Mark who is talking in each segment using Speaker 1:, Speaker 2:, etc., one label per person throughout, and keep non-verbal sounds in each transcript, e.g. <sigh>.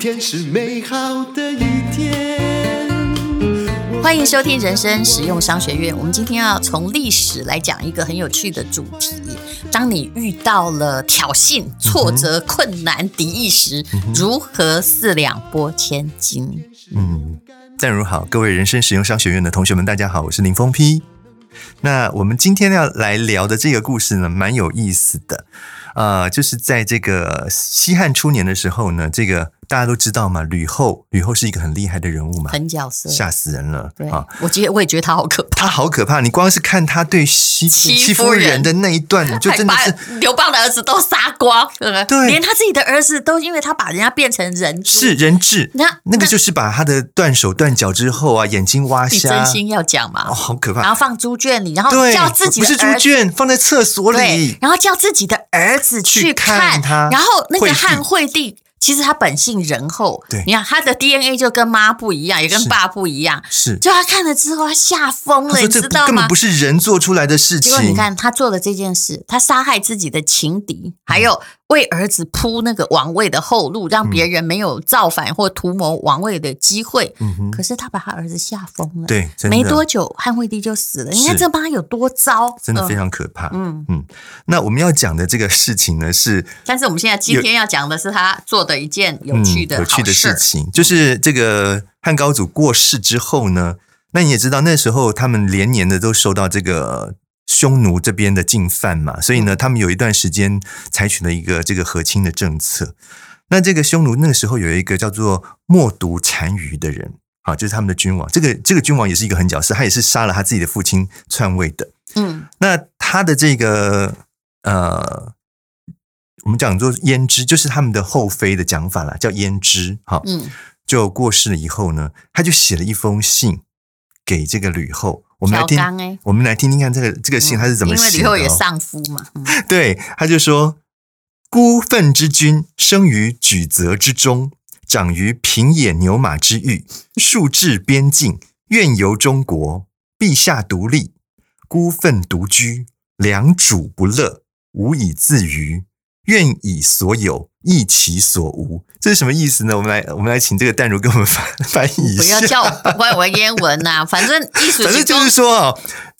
Speaker 1: 天是美好的一天。
Speaker 2: 欢迎收听人生实用商学院。我们今天要从历史来讲一个很有趣的主题。当你遇到了挑衅、挫折、困难、敌意时，
Speaker 3: 嗯
Speaker 2: 如何四两拨千斤？
Speaker 3: 淡如好，各位人生实用商学院的同学们，大家好，我是林峰 P。那我们今天要来聊的这个故事呢，蛮有意思的。呃，就是在这个西汉初年的时候呢，这个大家都知道嘛，吕后，吕后是一个很厉害的人物嘛，
Speaker 2: 狠角色，
Speaker 3: 吓死人了
Speaker 2: 对
Speaker 3: 啊！，
Speaker 2: 我觉得我也觉得他好可怕。
Speaker 3: 她好可怕，你光是看她对西
Speaker 2: 欺
Speaker 3: 欺
Speaker 2: 负
Speaker 3: 负人
Speaker 2: 人
Speaker 3: 的那一段，你就真的
Speaker 2: 还
Speaker 3: 是
Speaker 2: 把刘邦的儿子都杀光了，
Speaker 3: 对
Speaker 2: 连他自己的儿子都因为他把人家变成人猪
Speaker 3: 是人质。
Speaker 2: 那
Speaker 3: 那个
Speaker 2: 那
Speaker 3: 就是把她的断手断脚之后啊，眼睛挖
Speaker 2: 你
Speaker 3: 瞎
Speaker 2: 真，心要讲嘛
Speaker 3: 哦，？好可
Speaker 2: 然
Speaker 3: 怕！
Speaker 2: 后放猪圈里，然后
Speaker 3: 对
Speaker 2: 哦叫自，己
Speaker 3: 不
Speaker 2: 的
Speaker 3: 是猪
Speaker 2: 儿子
Speaker 3: 圈，放在厕所
Speaker 2: 对
Speaker 3: 里，，
Speaker 2: 然后叫自己的儿子去
Speaker 3: 去看
Speaker 2: 看
Speaker 3: 他
Speaker 2: 然后那
Speaker 3: 惠
Speaker 2: 个
Speaker 3: 帝
Speaker 2: 汉惠帝。其实他本性仁厚，
Speaker 3: 对
Speaker 2: 你看他的 DNA 就跟妈不一样，也跟
Speaker 3: 是
Speaker 2: 爸不一样。
Speaker 3: 是
Speaker 2: 就他看了之后，他吓疯了，
Speaker 3: 他
Speaker 2: 你
Speaker 3: 说这
Speaker 2: 知
Speaker 3: 不
Speaker 2: 道
Speaker 3: 根
Speaker 2: 吗
Speaker 3: 本不？是人做出来的事
Speaker 2: 结
Speaker 3: 情
Speaker 2: 果。你看他做了这件事，他杀害自己的情
Speaker 3: 嗯
Speaker 2: 敌，还有为儿子铺那个王位的后路，让别人没有造反或图谋王位的机会。
Speaker 3: 嗯哼，
Speaker 2: 可是他把他儿子吓疯了，，
Speaker 3: 对，真的
Speaker 2: 没多久汉惠帝就死了。你看
Speaker 3: 是
Speaker 2: 这帮他有多糟，
Speaker 3: 真的非
Speaker 2: 嗯
Speaker 3: 常可怕。
Speaker 2: 嗯。
Speaker 3: 那我们要讲的这个事情呢，是
Speaker 2: 但是我们现在今天要讲的是他做的一件有趣
Speaker 3: 嗯
Speaker 2: 的、
Speaker 3: 有趣的事
Speaker 2: 情。
Speaker 3: 情，就是这个汉高祖过世之后呢，那你也知道那时候他们连年的都受到这个。匈奴这边的进犯嘛，所以
Speaker 2: 嗯
Speaker 3: 呢，他们有一段时间采取了一个这个和亲的政策。那这个匈奴那个时候有一个叫做默读单于的人啊，就是他们的君王。这个这个君王也是一个狠角色，他也是杀了他自己的父亲篡位的。
Speaker 2: 嗯，
Speaker 3: 那他的这个呃，我们讲做胭脂，就是他们的后妃的讲法啦，叫胭脂。哈，
Speaker 2: 嗯，
Speaker 3: 就过世了以后呢，他就写了一封信给这个吕后，我
Speaker 2: 我
Speaker 3: 们来听，
Speaker 2: 哎，
Speaker 3: 我们来听听看这个这个信他是怎么
Speaker 2: 嗯因为
Speaker 3: 写的、哦
Speaker 2: 吕后也，丧夫嘛，
Speaker 3: <laughs>
Speaker 2: 嗯
Speaker 3: 对，他就说：“孤愤之君，生于举泽之中，长于平野牛马之域，数至边境，愿游中国。陛下独立，孤愤独居，良主不乐，无以自娱。”愿以所有，益其所无，这是什么意思呢？我们来，我们来请这个淡如给我们 <laughs> 翻翻译一
Speaker 2: 不
Speaker 3: 下。
Speaker 2: 要叫我歪文言文呐、反正艺术
Speaker 3: 反正
Speaker 2: 集
Speaker 3: 就
Speaker 2: 中
Speaker 3: 是说啊，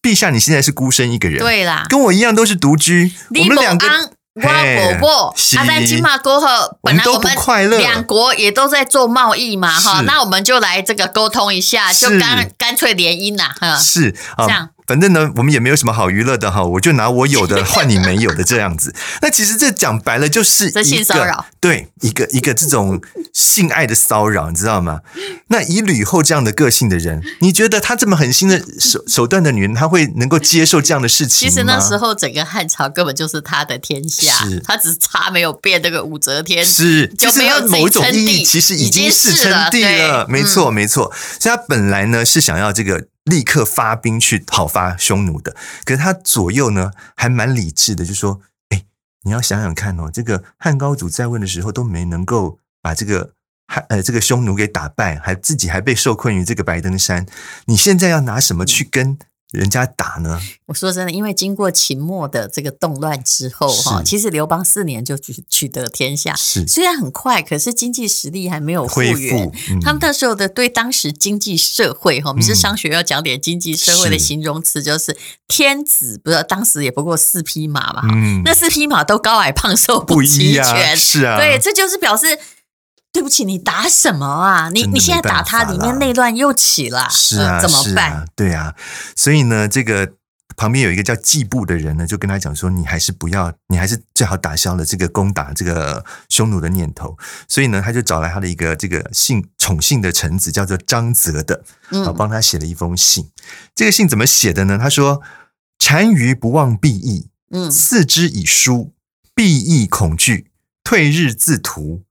Speaker 3: 陛下，你现在是孤身一个人，，
Speaker 2: 对啦。
Speaker 3: 跟我一样都是独居。我们两个
Speaker 2: 我伯伯，
Speaker 3: 嘿
Speaker 2: 他在
Speaker 3: 是
Speaker 2: 金马过后，本来
Speaker 3: 我
Speaker 2: 我
Speaker 3: 们都
Speaker 2: 们
Speaker 3: 不快乐
Speaker 2: 两国也都在做贸易嘛，哈，
Speaker 3: 是
Speaker 2: 那我们就来这个沟通一下，就是干干脆联姻呐，哈，
Speaker 3: 是
Speaker 2: 这样
Speaker 3: 啊。反正呢，我们也没有什么好娱乐的哈，我就拿我有的换你没有的这样
Speaker 2: <laughs>
Speaker 3: 子。那其实这讲白了就是
Speaker 2: 这性
Speaker 3: 一
Speaker 2: 骚
Speaker 3: 个
Speaker 2: 扰
Speaker 3: 对一个一个这种性爱的骚扰，你知道吗？ <laughs> 那以吕后这样的个性的人，你觉得她这么狠心的手手段的女人，她会能够接受这样的事情
Speaker 2: 其
Speaker 3: 吗？
Speaker 2: 实那时候整个汉朝根本就是他的天下
Speaker 3: 是，
Speaker 2: 他只差没有变这个武则天
Speaker 3: 是，
Speaker 2: 就
Speaker 3: 其实
Speaker 2: 没有
Speaker 3: 它
Speaker 2: 自己
Speaker 3: 某一种
Speaker 2: 称
Speaker 3: 意
Speaker 2: 帝
Speaker 3: 义，其实
Speaker 2: 已
Speaker 3: 已
Speaker 2: 经
Speaker 3: 经是
Speaker 2: 是
Speaker 3: 称
Speaker 2: 了
Speaker 3: 帝
Speaker 2: 对嗯
Speaker 3: 了，没错没错。所以他本来呢是想要这个立刻发兵去讨伐匈奴的，可是他左右呢还蛮理智的，就说：“哎，你要想想看哦，这个汉高祖在位的时候都没能够把这个。”汉呃，这个匈奴给打败，还自己还被受困于这个白登山。你现在要拿什么去跟人家打呢？
Speaker 2: 我说真的，因为经过秦末的这个动乱之后，
Speaker 3: 是
Speaker 2: 哈，其实刘邦四年就取取得天下，
Speaker 3: 是
Speaker 2: 虽然很快，可是经济实力还没有嗯啊复
Speaker 3: 恢
Speaker 2: 原
Speaker 3: 复。嗯
Speaker 2: 他们那时候的对当时经济社会，哈，我们是
Speaker 3: 嗯
Speaker 2: 商学要讲点经济社会的
Speaker 3: 是
Speaker 2: 形容词，就是天子，不是当时也不过四匹马嘛，哈
Speaker 3: 嗯
Speaker 2: 那四匹马都高矮胖瘦
Speaker 3: 不
Speaker 2: 齐
Speaker 3: 一啊
Speaker 2: 全，，
Speaker 3: 是啊，
Speaker 2: 对，这就是表示。对不起，你打什么啊？你
Speaker 3: 真的
Speaker 2: 你现在
Speaker 3: 没办
Speaker 2: 打他，
Speaker 3: 法
Speaker 2: 里
Speaker 3: 啦
Speaker 2: 面内乱又起了，
Speaker 3: 是
Speaker 2: 嗯
Speaker 3: 啊，
Speaker 2: 怎么
Speaker 3: 是
Speaker 2: 办？
Speaker 3: 啊？对啊，所以呢，这个旁边有一个叫季布的人呢，就跟他讲说，你还是不要，你还是最好打消了这个攻打这个匈奴的念头。所以呢，他就找来他的一个这个姓宠幸的臣子，叫做张泽的，啊，
Speaker 2: 嗯，
Speaker 3: 帮他写了一封信。这个信怎么写的呢？他说：“单于不忘必义，
Speaker 2: 嗯
Speaker 3: 赐之以书，必亦恐惧，退日自图。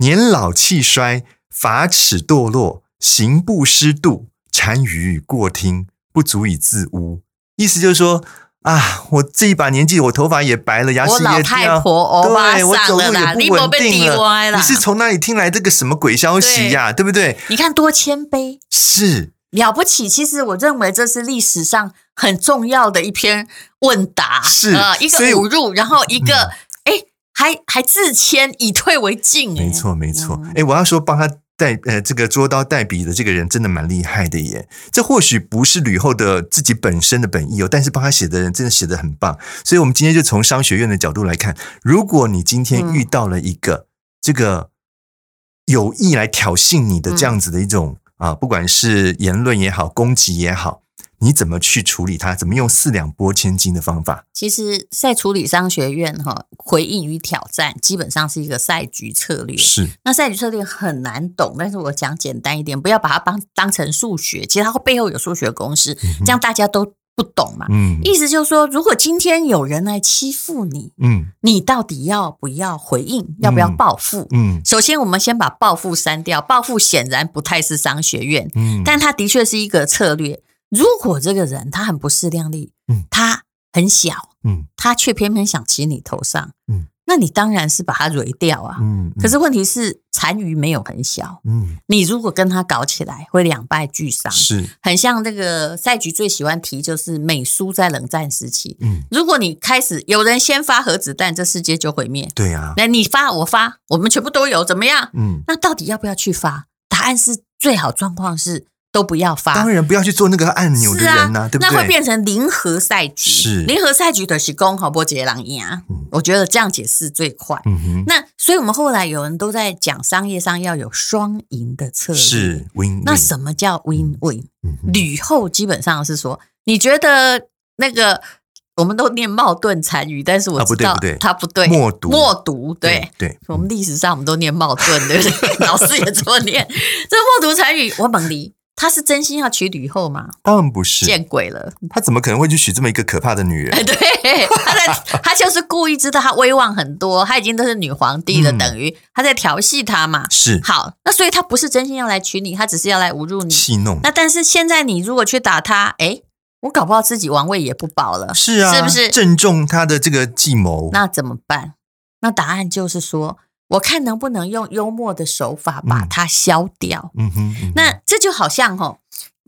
Speaker 3: 年老气衰，法齿堕落，行不失度，单于过听，不足以自污。意思就是说啊，我这一把年纪，我头发也白了，牙齿
Speaker 2: 我
Speaker 3: 也掉，
Speaker 2: 老太婆欧巴
Speaker 3: 对我
Speaker 2: 上
Speaker 3: 走
Speaker 2: 了
Speaker 3: 路
Speaker 2: 啦
Speaker 3: 也
Speaker 2: 你
Speaker 3: 不
Speaker 2: 没
Speaker 3: 稳
Speaker 2: 被
Speaker 3: 定
Speaker 2: DY
Speaker 3: 了。
Speaker 2: 啦
Speaker 3: 你是从哪里听来这个什么鬼消息呀、对不对？
Speaker 2: 你看多谦卑，
Speaker 3: 是。
Speaker 2: 了不起。其实我认为这是历史上很重要的一篇问答，
Speaker 3: 是
Speaker 2: 呃、一个
Speaker 3: 所以嗯
Speaker 2: 侮辱，然后一个哎、还还自谦，以退为进。哎
Speaker 3: 没，错，没错。哎、我要说帮他代呃这个捉刀代笔的这个人真的蛮厉害的耶。这或许不是吕后的自己本身的本意哦，但是帮他写的人真的写的很棒。所以，我们今天就从商学院的角度来看，如果你今天
Speaker 2: 嗯
Speaker 3: 遇到了一个、这个有意来挑衅你的这
Speaker 2: 嗯
Speaker 3: 样子的一种、啊，不管是言论也好，攻击也好。你怎么去处理它？怎么用四两拨千斤的方法？
Speaker 2: 其实，在处理商学院哈，回应与挑战基本上是一个赛局策略。
Speaker 3: 是
Speaker 2: 那赛局策略很难懂，但是我讲简单一点，不要把它当当成数学，其实它背后有数学公式，这样大家都不懂嘛。
Speaker 3: 嗯
Speaker 2: 意思就是说，如果今天有人来欺负你，
Speaker 3: 嗯
Speaker 2: 你到底要不要回应？要不要报复？
Speaker 3: 嗯
Speaker 2: 首先，我们先把报复删掉。报复显然不太是商学院，
Speaker 3: 嗯，
Speaker 2: 但它的确是一个策略。如果这个人他很不自量力，
Speaker 3: 嗯
Speaker 2: 他很小，
Speaker 3: 嗯
Speaker 2: 他却偏偏想骑你头上，
Speaker 3: 嗯
Speaker 2: 那你当然是把他蕊掉啊。
Speaker 3: 嗯，
Speaker 2: 可是问题是，单于没有很小，
Speaker 3: 嗯
Speaker 2: 你如果跟他搞起来，会两败俱伤。
Speaker 3: 是
Speaker 2: 很像这个赛局最喜欢提，就是美苏在冷战时期，
Speaker 3: 嗯
Speaker 2: 如果你开始有人先发核子弹，这世界就毁灭。
Speaker 3: 对啊，
Speaker 2: 那你发我发，我们全部都有，怎么样？
Speaker 3: 嗯，
Speaker 2: 那到底要不要去发？答案是最好状况是都不要发。
Speaker 3: 当然不要去做那个按钮的
Speaker 2: 是
Speaker 3: 人呐、
Speaker 2: 啊，
Speaker 3: 对不对？
Speaker 2: 那会变成零和赛局。
Speaker 3: 是
Speaker 2: 零和赛局的是攻好波杰狼赢啊
Speaker 3: 嗯。
Speaker 2: 我觉得这样解释最快。
Speaker 3: 嗯哼，
Speaker 2: 那所以我们后来有人都在讲商业上要有双赢的策略。
Speaker 3: 是嗯 win，
Speaker 2: 那什么叫 win win？
Speaker 3: 吕
Speaker 2: 吕后基本上是说，你觉得那个我们都念冒顿单于，但是我
Speaker 3: 啊不
Speaker 2: 知
Speaker 3: 对
Speaker 2: 道
Speaker 3: 不对
Speaker 2: 他不对，
Speaker 3: 默读
Speaker 2: 默读对。
Speaker 3: 对，
Speaker 2: 我们历史上我们都念冒顿，对不对？
Speaker 3: <laughs>
Speaker 2: 老师也这么念。这默读单于，我猛离，他是真心要娶吕后吗？
Speaker 3: 当然不是，
Speaker 2: 见鬼了！
Speaker 3: 他怎么可能会去娶这么一个可怕的女人？
Speaker 2: 哎，对，
Speaker 3: <laughs>
Speaker 2: 他在他就是故意知道他威望很多，他已经都是女皇帝了，
Speaker 3: 嗯
Speaker 2: 等于他在调戏他嘛。
Speaker 3: 是
Speaker 2: 好，那所以他不是真心要来娶你，他只是要来侮辱你。
Speaker 3: 戏弄，
Speaker 2: 那但是现在你如果去打他，哎，我搞不好自己王位也不保了，
Speaker 3: 是啊，
Speaker 2: 是不是？
Speaker 3: 正中他的这个计谋？
Speaker 2: 那怎么办？那答案就是说，我看能不能用幽默的手法把
Speaker 3: 嗯
Speaker 2: 它消掉。
Speaker 3: 嗯哼，嗯哼
Speaker 2: 那这就好像吼，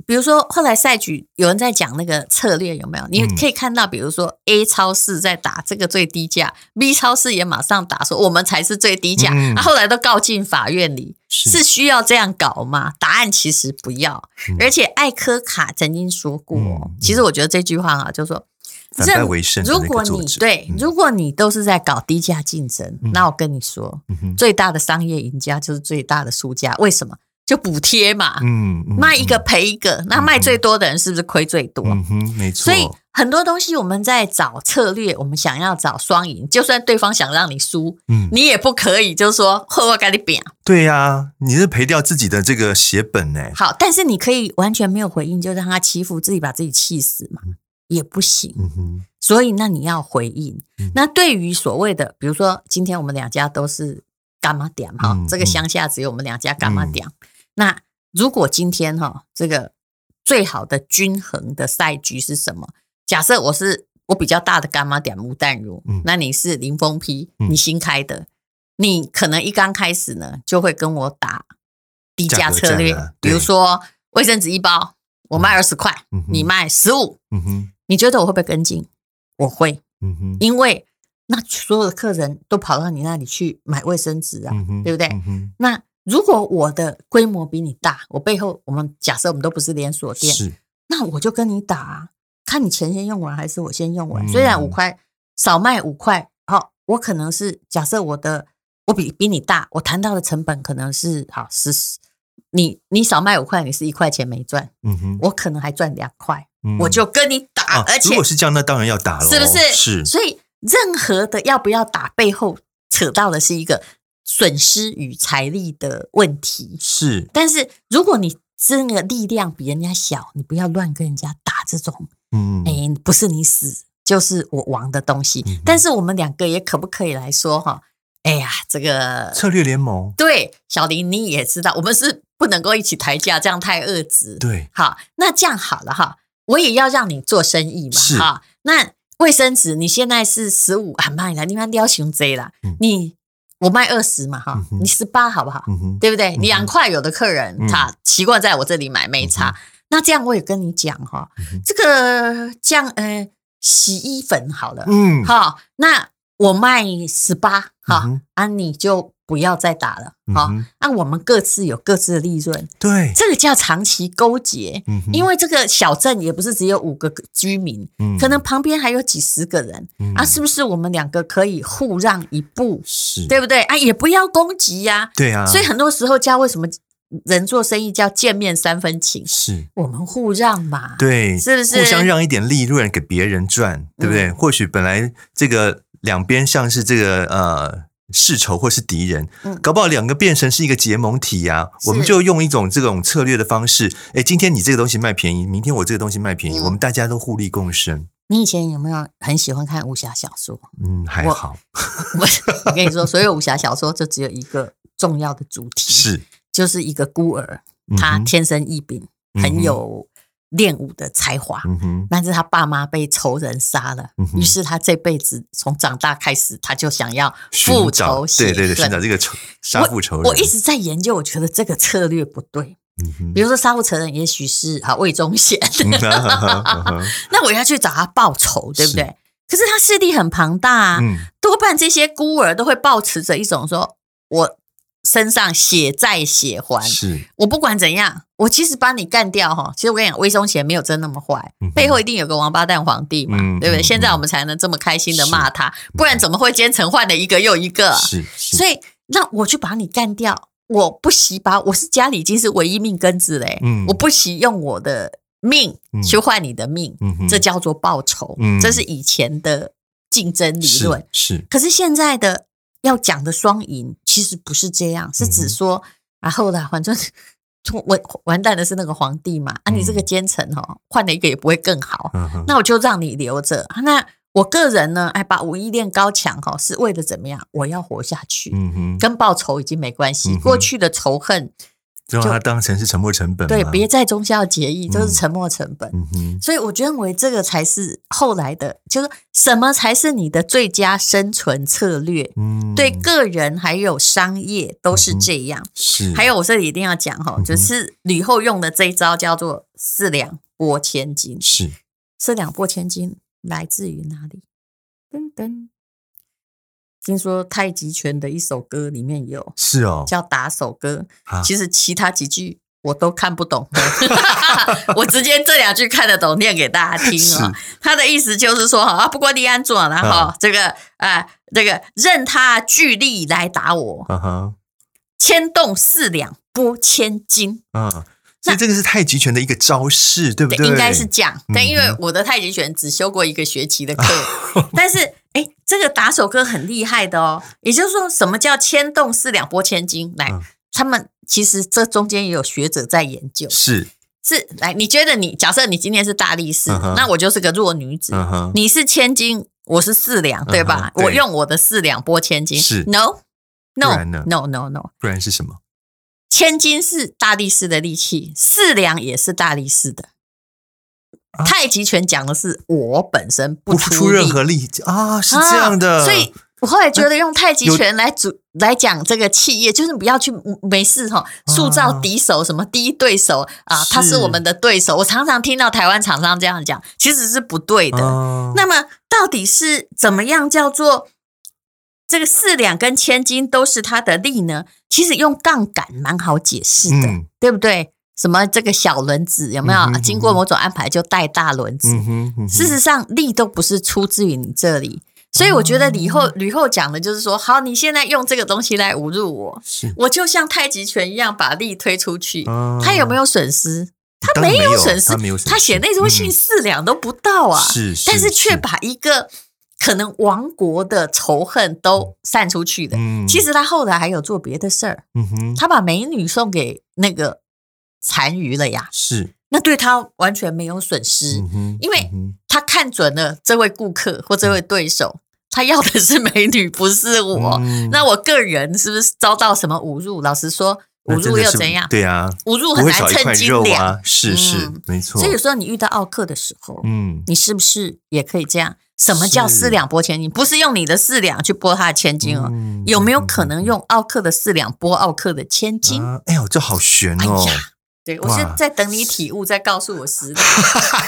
Speaker 2: 比如说后来赛局有人在讲那个策略有没有？你
Speaker 3: 嗯
Speaker 2: 可以看到，比如说 A 超市在打这个最低价，B 超市也马上打说我们才是最低价，
Speaker 3: 嗯
Speaker 2: 啊、后来都告进法院里。是
Speaker 3: 是
Speaker 2: 需要这样搞吗？答案其实不要。
Speaker 3: 嗯
Speaker 2: 而且艾科卡曾经说过，
Speaker 3: 嗯
Speaker 2: 其实我觉得这句话啊，就说
Speaker 3: 反败为胜的
Speaker 2: 如
Speaker 3: 那
Speaker 2: 果
Speaker 3: 个
Speaker 2: 你
Speaker 3: 作者，
Speaker 2: 对，
Speaker 3: 嗯
Speaker 2: 如果你都是在搞低价竞争，
Speaker 3: 嗯
Speaker 2: 那我跟你说，
Speaker 3: 嗯哼
Speaker 2: 最大的商业赢家就是最大的输家。为什么？就补贴嘛，
Speaker 3: 嗯嗯
Speaker 2: 啊卖一个赔一个，那卖最多的人是不是亏最多？
Speaker 3: 嗯哼，没错，
Speaker 2: 所以很多东西我们在找策略，我们想要找双赢，就算对方想让你输，
Speaker 3: 嗯，
Speaker 2: 你也不可以就是说呵我跟你扁
Speaker 3: 对呀、你是赔掉自己的这个血本欸呢、
Speaker 2: 好，但是你可以完全没有回应，就让他欺负自己，把自己气死嘛，也不行。
Speaker 3: 嗯哼，
Speaker 2: 所以那你要回应。
Speaker 3: 嗯
Speaker 2: 那对于所谓的，比如说今天我们两家都是干嘛点哈，
Speaker 3: 嗯
Speaker 2: 这个乡下只有我们两家干嘛点。那如果今天哈，这个最好的均衡的赛局是什么？假设我是我比较大的干妈点吴淡如，
Speaker 3: 嗯
Speaker 2: 那你是林峰批，
Speaker 3: 嗯
Speaker 2: 你新开的，你可能一刚开始呢就会跟我打低价策略，
Speaker 3: 价格战啊
Speaker 2: 比如
Speaker 3: 对
Speaker 2: 说卫生纸一包我卖二十块，
Speaker 3: 嗯哼
Speaker 2: 你卖十五，
Speaker 3: 嗯哼，
Speaker 2: 你觉得我会不会跟进？我会，
Speaker 3: 嗯哼，
Speaker 2: 因为那所有的客人都跑到你那里去买卫生纸啊。
Speaker 3: 嗯哼，
Speaker 2: 对不对
Speaker 3: 嗯哼，
Speaker 2: 那如果我的规模比你大，我背后我们假设我们都不是连锁店，
Speaker 3: 是，
Speaker 2: 那我就跟你打、啊，看你钱先用完还是我先用完。
Speaker 3: 嗯
Speaker 2: 虽然五块少卖五块，好，我可能是假设我的我比比你大，我谈到的成本可能是好十，你你少卖五块，你是一块钱没赚，
Speaker 3: 嗯哼，
Speaker 2: 我可能还赚两块，
Speaker 3: 嗯
Speaker 2: 我就跟你打，
Speaker 3: 啊，
Speaker 2: 而且
Speaker 3: 如果是这样，那当然要打了，
Speaker 2: 是不是？
Speaker 3: 是，
Speaker 2: 所以任何的要不要打背后扯到的是一个损失与财力的问题。
Speaker 3: 是，
Speaker 2: 但是如果你真的力量比人家小，你不要乱跟人家打这种，
Speaker 3: 嗯，
Speaker 2: 哎、不是你死就是我亡的东西。
Speaker 3: 嗯哼
Speaker 2: 但是我们两个也可不可以来说哈？哎呀，这个
Speaker 3: 策略联盟，
Speaker 2: 对小林你也知道，我们是不能够一起抬价，这样太恶质。
Speaker 3: 对，
Speaker 2: 好，那这样好了哈，我也要让你做生意嘛
Speaker 3: 是，
Speaker 2: 哈。那卫生纸你现在是十五啊，卖了，你卖掉熊贼啦，
Speaker 3: 嗯
Speaker 2: 你我卖二十嘛哈
Speaker 3: 嗯，哼
Speaker 2: 你十八好不好？
Speaker 3: 嗯哼，
Speaker 2: 对不对？
Speaker 3: 哼
Speaker 2: 你两块有的客人
Speaker 3: 嗯
Speaker 2: 他习惯在我这里买没差，那这样我也跟你讲哈
Speaker 3: 嗯哼，
Speaker 2: 这个这样呃洗衣粉好了，
Speaker 3: 嗯，
Speaker 2: 好，那我卖十八，
Speaker 3: 嗯
Speaker 2: 哈
Speaker 3: 哼，
Speaker 2: 啊，你就不要再打了，
Speaker 3: 嗯
Speaker 2: 哈
Speaker 3: 哼。
Speaker 2: 那我们各自有各自的利润，
Speaker 3: 对，
Speaker 2: 这个叫长期勾结。
Speaker 3: 嗯哼
Speaker 2: 因为这个小镇也不是只有五个居民，
Speaker 3: 嗯
Speaker 2: 可能旁边还有几十个人、
Speaker 3: 嗯
Speaker 2: 啊，是不是我们两个可以互让一步，
Speaker 3: 是，
Speaker 2: 对不对啊？也不要攻击呀、
Speaker 3: 对啊，
Speaker 2: 所以很多时候叫为什么人做生意叫见面三分情，
Speaker 3: 是。
Speaker 2: 我们互让嘛，
Speaker 3: 对，
Speaker 2: 是不是嗯
Speaker 3: 互相让一点利润给别人赚，对不对？或许本来这个两边像是这个呃世仇或是敌人，
Speaker 2: 嗯
Speaker 3: 搞不好两个变成是一个结盟体呀、啊。
Speaker 2: 是
Speaker 3: 我们就用一种这种策略的方式，哎，今天你这个东西卖便宜，明天我这个东西卖便宜，
Speaker 2: 嗯
Speaker 3: 我们大家都互利共生。
Speaker 2: 你以前有没有很喜欢看武侠小说？ <laughs>
Speaker 3: 嗯，还
Speaker 2: 我
Speaker 3: 好
Speaker 2: 我我跟你说，所有武侠小说就只有一个重要的主题，
Speaker 3: 是
Speaker 2: 就是一个孤儿，他
Speaker 3: 嗯哼
Speaker 2: 天生异禀，
Speaker 3: 嗯
Speaker 2: 很
Speaker 3: 哼
Speaker 2: 有练武的才华，
Speaker 3: 嗯哼，
Speaker 2: 但是他爸妈被仇人杀了，
Speaker 3: 嗯哼
Speaker 2: 于是他这辈子从长大开始，他就想要
Speaker 3: 寻
Speaker 2: 复
Speaker 3: 找
Speaker 2: 仇
Speaker 3: 对
Speaker 2: 血
Speaker 3: 对对，寻
Speaker 2: 恨
Speaker 3: 找这个仇杀父仇人。
Speaker 2: 我一直在研究，我觉得这个策略不对。
Speaker 3: 嗯
Speaker 2: <laughs>
Speaker 3: 哼
Speaker 2: 比如说杀父仇人，也许是啊魏忠贤，
Speaker 3: <laughs> 嗯哼嗯哼
Speaker 2: <laughs> 那我要去找他报仇，对不
Speaker 3: 是
Speaker 2: 对？可是他势力很庞大啊， <laughs>
Speaker 3: 嗯
Speaker 2: 多半这些孤儿都会抱持着一种说，我身上血债血还，
Speaker 3: 是
Speaker 2: 我不管怎样，我其实把你干掉哈。其实我跟你讲，魏忠贤没有真那么坏
Speaker 3: 嗯哼，
Speaker 2: <laughs> 背后一定有个王八蛋皇帝嘛，
Speaker 3: 嗯
Speaker 2: 对
Speaker 3: 嗯
Speaker 2: 不对？
Speaker 3: 嗯
Speaker 2: 现在我们才能这么开心的骂他，不然怎么会奸臣换了一个又一个？
Speaker 3: 是是，
Speaker 2: 所以，那我去把你干掉，我不惜把我是家里已经是唯一命根子嘞，
Speaker 3: 嗯
Speaker 2: 我不惜用我的命
Speaker 3: 嗯
Speaker 2: 去换你的命，
Speaker 3: 嗯哼
Speaker 2: 这叫做报仇，
Speaker 3: 嗯
Speaker 2: 这是以前的竞争理论。
Speaker 3: 是是
Speaker 2: 可是现在的要讲的双赢，其实不是这样，是
Speaker 3: 嗯
Speaker 2: 指说，然后呢，反正完完蛋的是那个皇帝嘛，啊，你这个
Speaker 3: 嗯
Speaker 2: 奸臣哦，换了一个也不会更好，
Speaker 3: 嗯哼
Speaker 2: 那我就让你留着。啊那我个人呢，哎，把武艺练高强哈、哦，是为了怎么样？我要活下去，
Speaker 3: 嗯哼，
Speaker 2: 跟报仇已经没关系，
Speaker 3: 嗯哼嗯
Speaker 2: 过去的仇恨，
Speaker 3: 就让它当成是沉没成本嘛。
Speaker 2: 对，别再忠孝节义，就是
Speaker 3: 嗯
Speaker 2: 沉没成本。
Speaker 3: 嗯哼，
Speaker 2: 所以我认为这个才是后来的，就是什么才是你的最佳生存策略。
Speaker 3: 嗯，
Speaker 2: 对个人还有商业都是这样。
Speaker 3: 是，
Speaker 2: 还有我这里一定要讲哈、
Speaker 3: 嗯哼
Speaker 2: 就是吕后用的这一招叫做“四两拨千斤”。
Speaker 3: 是
Speaker 2: 四两拨千斤来自于哪里？噔噔，听说太极拳的一首歌里面有
Speaker 3: 是哦，
Speaker 2: 叫《打手歌
Speaker 3: 啊》，
Speaker 2: 其实其他几句我都看
Speaker 3: <laughs>
Speaker 2: 不懂， <laughs> 我直接这两句看得懂，念给大家听哦。他的意思就是说啊，不管你安怎啦，哈、
Speaker 3: 啊
Speaker 2: 这个啊，这个任他巨力来打我，
Speaker 3: 啊哈，
Speaker 2: 牵动四两拨千斤，
Speaker 3: 嗯，所以这个是太极拳的一个招式，对不对？
Speaker 2: 应该是这样。但因为
Speaker 3: 嗯
Speaker 2: 我的太极拳只修过一个学期的
Speaker 3: <laughs>
Speaker 2: 课，但是哎，这个打手歌很厉害的哦。也就是说，什么叫牵动四两拨千斤？来
Speaker 3: 嗯，
Speaker 2: 他们其实这中间也有学者在研究。
Speaker 3: 是，
Speaker 2: 是来，你觉得你假设你今天是大力士，
Speaker 3: 嗯哼
Speaker 2: 那我就是个弱女子。
Speaker 3: 嗯哼，
Speaker 2: 你是千金，我是四两，对吧？
Speaker 3: 对
Speaker 2: 我用我的四两拨千斤。
Speaker 3: 是
Speaker 2: no
Speaker 3: 不
Speaker 2: no
Speaker 3: 然呢
Speaker 2: no no no，
Speaker 3: 不然是什么？
Speaker 2: 千金是大力士的利器，四两也是大力士的。
Speaker 3: 啊
Speaker 2: 太极拳讲的是我本身不
Speaker 3: 付
Speaker 2: 出
Speaker 3: 出
Speaker 2: 力
Speaker 3: 任何力啊，是这样的，
Speaker 2: 啊所以。我后来觉得用太极拳来主、来讲这个企业，就是不要去没事哈、塑造敌手什么敌对手啊，
Speaker 3: 啊是
Speaker 2: 他是我们的对手。我常常听到台湾厂商这样讲，其实是不对的。
Speaker 3: 啊，
Speaker 2: 那么到底是怎么样叫做这个四两跟千斤都是它的力呢？其实用杠杆蛮好解释的，
Speaker 3: 嗯
Speaker 2: 对不对？什么这个小轮子有没有、
Speaker 3: 嗯
Speaker 2: 啊
Speaker 3: 哼嗯哼
Speaker 2: 经过某种安排就带大轮子？
Speaker 3: 嗯哼，嗯哼
Speaker 2: 事实上，力都不是出自于你这里。所以我觉得吕后
Speaker 3: 哦
Speaker 2: 吕后讲的就是说，好，你现在用这个东西来侮辱我，
Speaker 3: 是，
Speaker 2: 我就像太极拳一样把力推出去，
Speaker 3: 啊
Speaker 2: 他有没有损失？他
Speaker 3: 当然
Speaker 2: 没
Speaker 3: 没有
Speaker 2: 损失
Speaker 3: 他没有，损失
Speaker 2: 他写那封信
Speaker 3: 嗯
Speaker 2: 四两都不到啊，
Speaker 3: 是
Speaker 2: 但
Speaker 3: 是
Speaker 2: 是却
Speaker 3: 是
Speaker 2: 把一个可能亡国的仇恨都散出去的。
Speaker 3: 嗯
Speaker 2: 其，实他后来还有做别的事儿，
Speaker 3: 嗯哼，
Speaker 2: 他把美女送给那个单于了呀，
Speaker 3: 是，
Speaker 2: 那对他完全没有损失。
Speaker 3: 嗯哼，
Speaker 2: 因为
Speaker 3: 嗯哼
Speaker 2: 他看准了这位顾客或这位对手，他要的是美女，不是我。
Speaker 3: 嗯
Speaker 2: 那我个人是不是遭到什么侮辱？老实说，
Speaker 3: 那
Speaker 2: 侮
Speaker 3: 真
Speaker 2: 辱
Speaker 3: 的
Speaker 2: 又
Speaker 3: 是
Speaker 2: 怎样？
Speaker 3: 对啊，
Speaker 2: 侮辱
Speaker 3: 不
Speaker 2: 很
Speaker 3: 会
Speaker 2: 难
Speaker 3: 少一
Speaker 2: 称
Speaker 3: 块
Speaker 2: 斤
Speaker 3: 肉
Speaker 2: 两。
Speaker 3: 啊，是是
Speaker 2: 嗯，
Speaker 3: 没错
Speaker 2: 所以，有时候你遇到奥克的时候，
Speaker 3: 嗯，
Speaker 2: 你是不是也可以这样？什么叫四两拨千斤？不是用你的四两去拨他的千金哦，
Speaker 3: 嗯
Speaker 2: 有没有可能用奥克的四两拨奥克的千金？
Speaker 3: 啊哎呦，这好悬
Speaker 2: 哎
Speaker 3: 哦！
Speaker 2: 呀，对，我是
Speaker 3: 哇
Speaker 2: 在等你体悟，再告诉我实力。
Speaker 3: <laughs>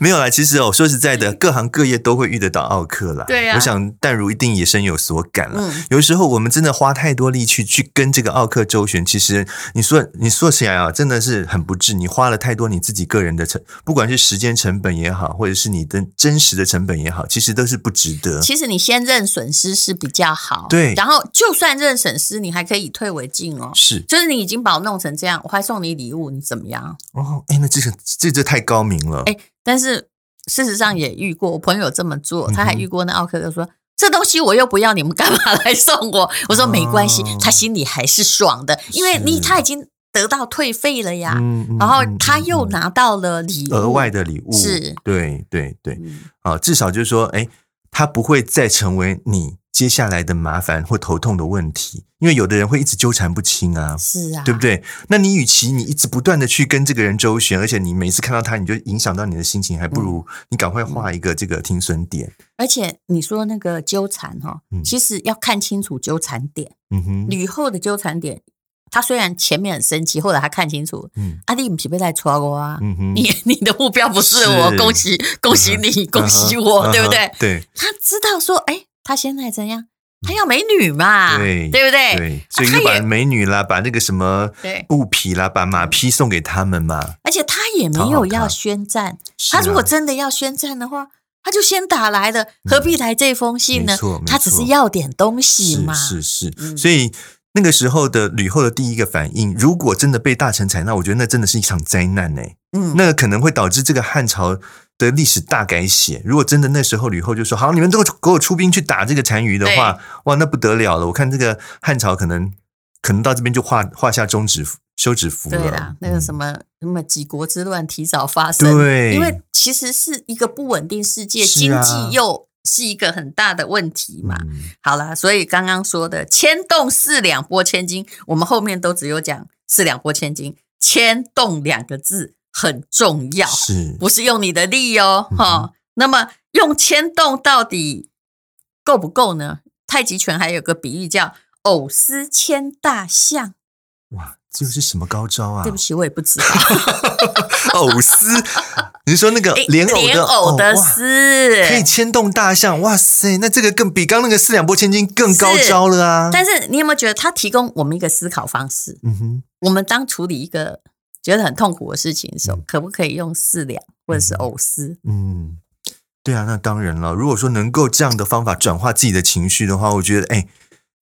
Speaker 3: 没有啦，其实哦，说实在的，各行各业都会遇得到奥克啦。
Speaker 2: 对啊
Speaker 3: 我想淡如一定也深有所感啦。
Speaker 2: 嗯
Speaker 3: 有时候我们真的花太多力气去跟这个奥克周旋，其实你说你说起来啊，真的是很不智。你花了太多你自己个人的成，不管是时间成本也好，或者是你的真实的成本也好，其实都是不值得。
Speaker 2: 其实你先认损失是比较好，
Speaker 3: 嗯对
Speaker 2: 然后就算认损失，你还可以以退为进哦。
Speaker 3: 是
Speaker 2: 就是你已经把我弄成这样，我还送你礼物，你怎么样？
Speaker 3: 哦，哎，那这个这这太高明了。
Speaker 2: 哎，但是事实上也遇过，我朋友这么做，
Speaker 3: 嗯哼
Speaker 2: 他还遇过那奥克就说。这东西我又不要，你们干嘛来送我？我说没关系
Speaker 3: 哦，
Speaker 2: 他心里还是爽的，因为你
Speaker 3: 是
Speaker 2: 他已经得到退费了呀，
Speaker 3: 嗯，嗯
Speaker 2: 然后
Speaker 3: 嗯
Speaker 2: 他又
Speaker 3: 嗯
Speaker 2: 拿到了礼物，
Speaker 3: 额外的礼物，
Speaker 2: 是
Speaker 3: 对对对
Speaker 2: 嗯
Speaker 3: 啊，至少就是说，哎，他不会再成为你接下来的麻烦或头痛的问题，因为有的人会一直纠缠不清啊。
Speaker 2: 是啊，
Speaker 3: 对不？对？那你与其你一直不断的去跟这个人周旋，而且你每次看到他，你就影响到你的心情，还不如
Speaker 2: 嗯
Speaker 3: 你赶快画一个这个停损点。
Speaker 2: 而且你说那个纠缠哈、哦，
Speaker 3: 嗯
Speaker 2: 其实要看清楚纠缠点。
Speaker 3: 嗯哼，
Speaker 2: 吕后的纠缠点，她虽然前面很生气，后来她看清楚，
Speaker 3: 嗯
Speaker 2: 阿弟不是被在戳我啊，
Speaker 3: 嗯哼，
Speaker 2: 你 <laughs> 你的目标不是我，
Speaker 3: 是
Speaker 2: 恭喜恭喜你，恭喜我，
Speaker 3: 嗯哼
Speaker 2: 对不
Speaker 3: 嗯
Speaker 2: 对
Speaker 3: 哼？对
Speaker 2: 她知道说，哎，她现在怎样？她要美女嘛，
Speaker 3: 对
Speaker 2: 不对？
Speaker 3: 对，所以
Speaker 2: 哎他
Speaker 3: 就把
Speaker 2: 也
Speaker 3: 美女啦，把那个什么
Speaker 2: 对嗯
Speaker 3: 布匹啦，把马匹送给他们嘛。
Speaker 2: 而且她也没
Speaker 3: 讨好
Speaker 2: 有
Speaker 3: 她
Speaker 2: 要宣战，
Speaker 3: 是
Speaker 2: 她如
Speaker 3: 啊
Speaker 2: 果真的要宣战的话。她就先打来了，何必来这封信
Speaker 3: 嗯
Speaker 2: 呢
Speaker 3: 没错？没
Speaker 2: 她只是
Speaker 3: 错
Speaker 2: 要点东西嘛。
Speaker 3: 是是是，
Speaker 2: 嗯
Speaker 3: 所以那个时候的吕后的第一个反应，如果真的被大臣采纳，我觉得那真的是一场灾难呢、欸
Speaker 2: 嗯，
Speaker 3: 那可能会导致这个汉朝的历史大改写。如果真的那时候吕后就说好，你们都给我出兵去打这个单于的话，哇，那不得了了！我看这个汉朝可能可能到这边就画画下终止符休止符了。
Speaker 2: 对啦，那个什
Speaker 3: 么，
Speaker 2: 么什么几国之乱提早发生，
Speaker 3: 对
Speaker 2: 因为其实是一个不稳定世界，
Speaker 3: 是
Speaker 2: 经
Speaker 3: 啊
Speaker 2: 济又是一个很大的问题嘛。
Speaker 3: 嗯
Speaker 2: 好啦，所以刚刚说的牵动四两拨千斤，我们后面都只有讲四两拨千斤，牵动两个字很重要，
Speaker 3: 是
Speaker 2: 不是用你的力哦，
Speaker 3: 嗯哼
Speaker 2: 哈、那么用牵动到底够不够呢？太极拳还有个比喻叫“藕丝牵大象
Speaker 3: 哇，这是什么高招”，啊 <laughs>
Speaker 2: 对？不起，我也不知道。
Speaker 3: 藕丝， <laughs> 你是说那个
Speaker 2: 诶
Speaker 3: 莲藕的
Speaker 2: 莲藕
Speaker 3: 哦
Speaker 2: 哎的
Speaker 3: 哇
Speaker 2: 丝，
Speaker 3: 可以牵动大象，哇塞，那这个更比刚那个四两拨千斤更高招了啊！
Speaker 2: 但是你有没有觉得它提供我们一个思考方式？
Speaker 3: 嗯哼，
Speaker 2: 我们当处理一个觉得很痛苦的事情的时候，可不可以用四两或者是藕丝？
Speaker 3: 嗯，对啊，那当然了。如果说能够这样的方法转化自己的情绪的话，我觉得，哎，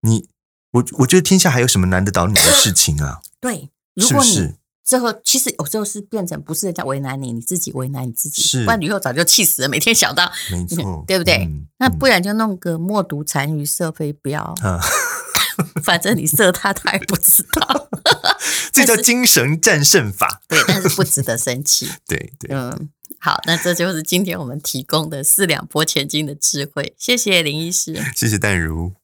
Speaker 3: 你，我我觉得天下还有什么难得倒你的事情啊？
Speaker 2: 对， <laughs> 如
Speaker 3: 是不
Speaker 2: 果你
Speaker 3: 是？
Speaker 2: 最后其实有时候是变成不是人家为难你，你自己为难你自己，
Speaker 3: 是嗯
Speaker 2: 不然以后早就气死了，每天想到
Speaker 3: 没错，
Speaker 2: <laughs> 对不对
Speaker 3: 嗯
Speaker 2: 那不然就弄个默读单于射飞镖，
Speaker 3: 嗯啊，
Speaker 2: <laughs> 反正你射他他也不知道，
Speaker 3: <laughs> 这叫精神战胜法。
Speaker 2: 对，但是不值得生气。
Speaker 3: 对对，
Speaker 2: 嗯，好，那这就是今天我们提供的四两拨千斤的智慧，谢谢林医师。
Speaker 3: 谢谢淡如。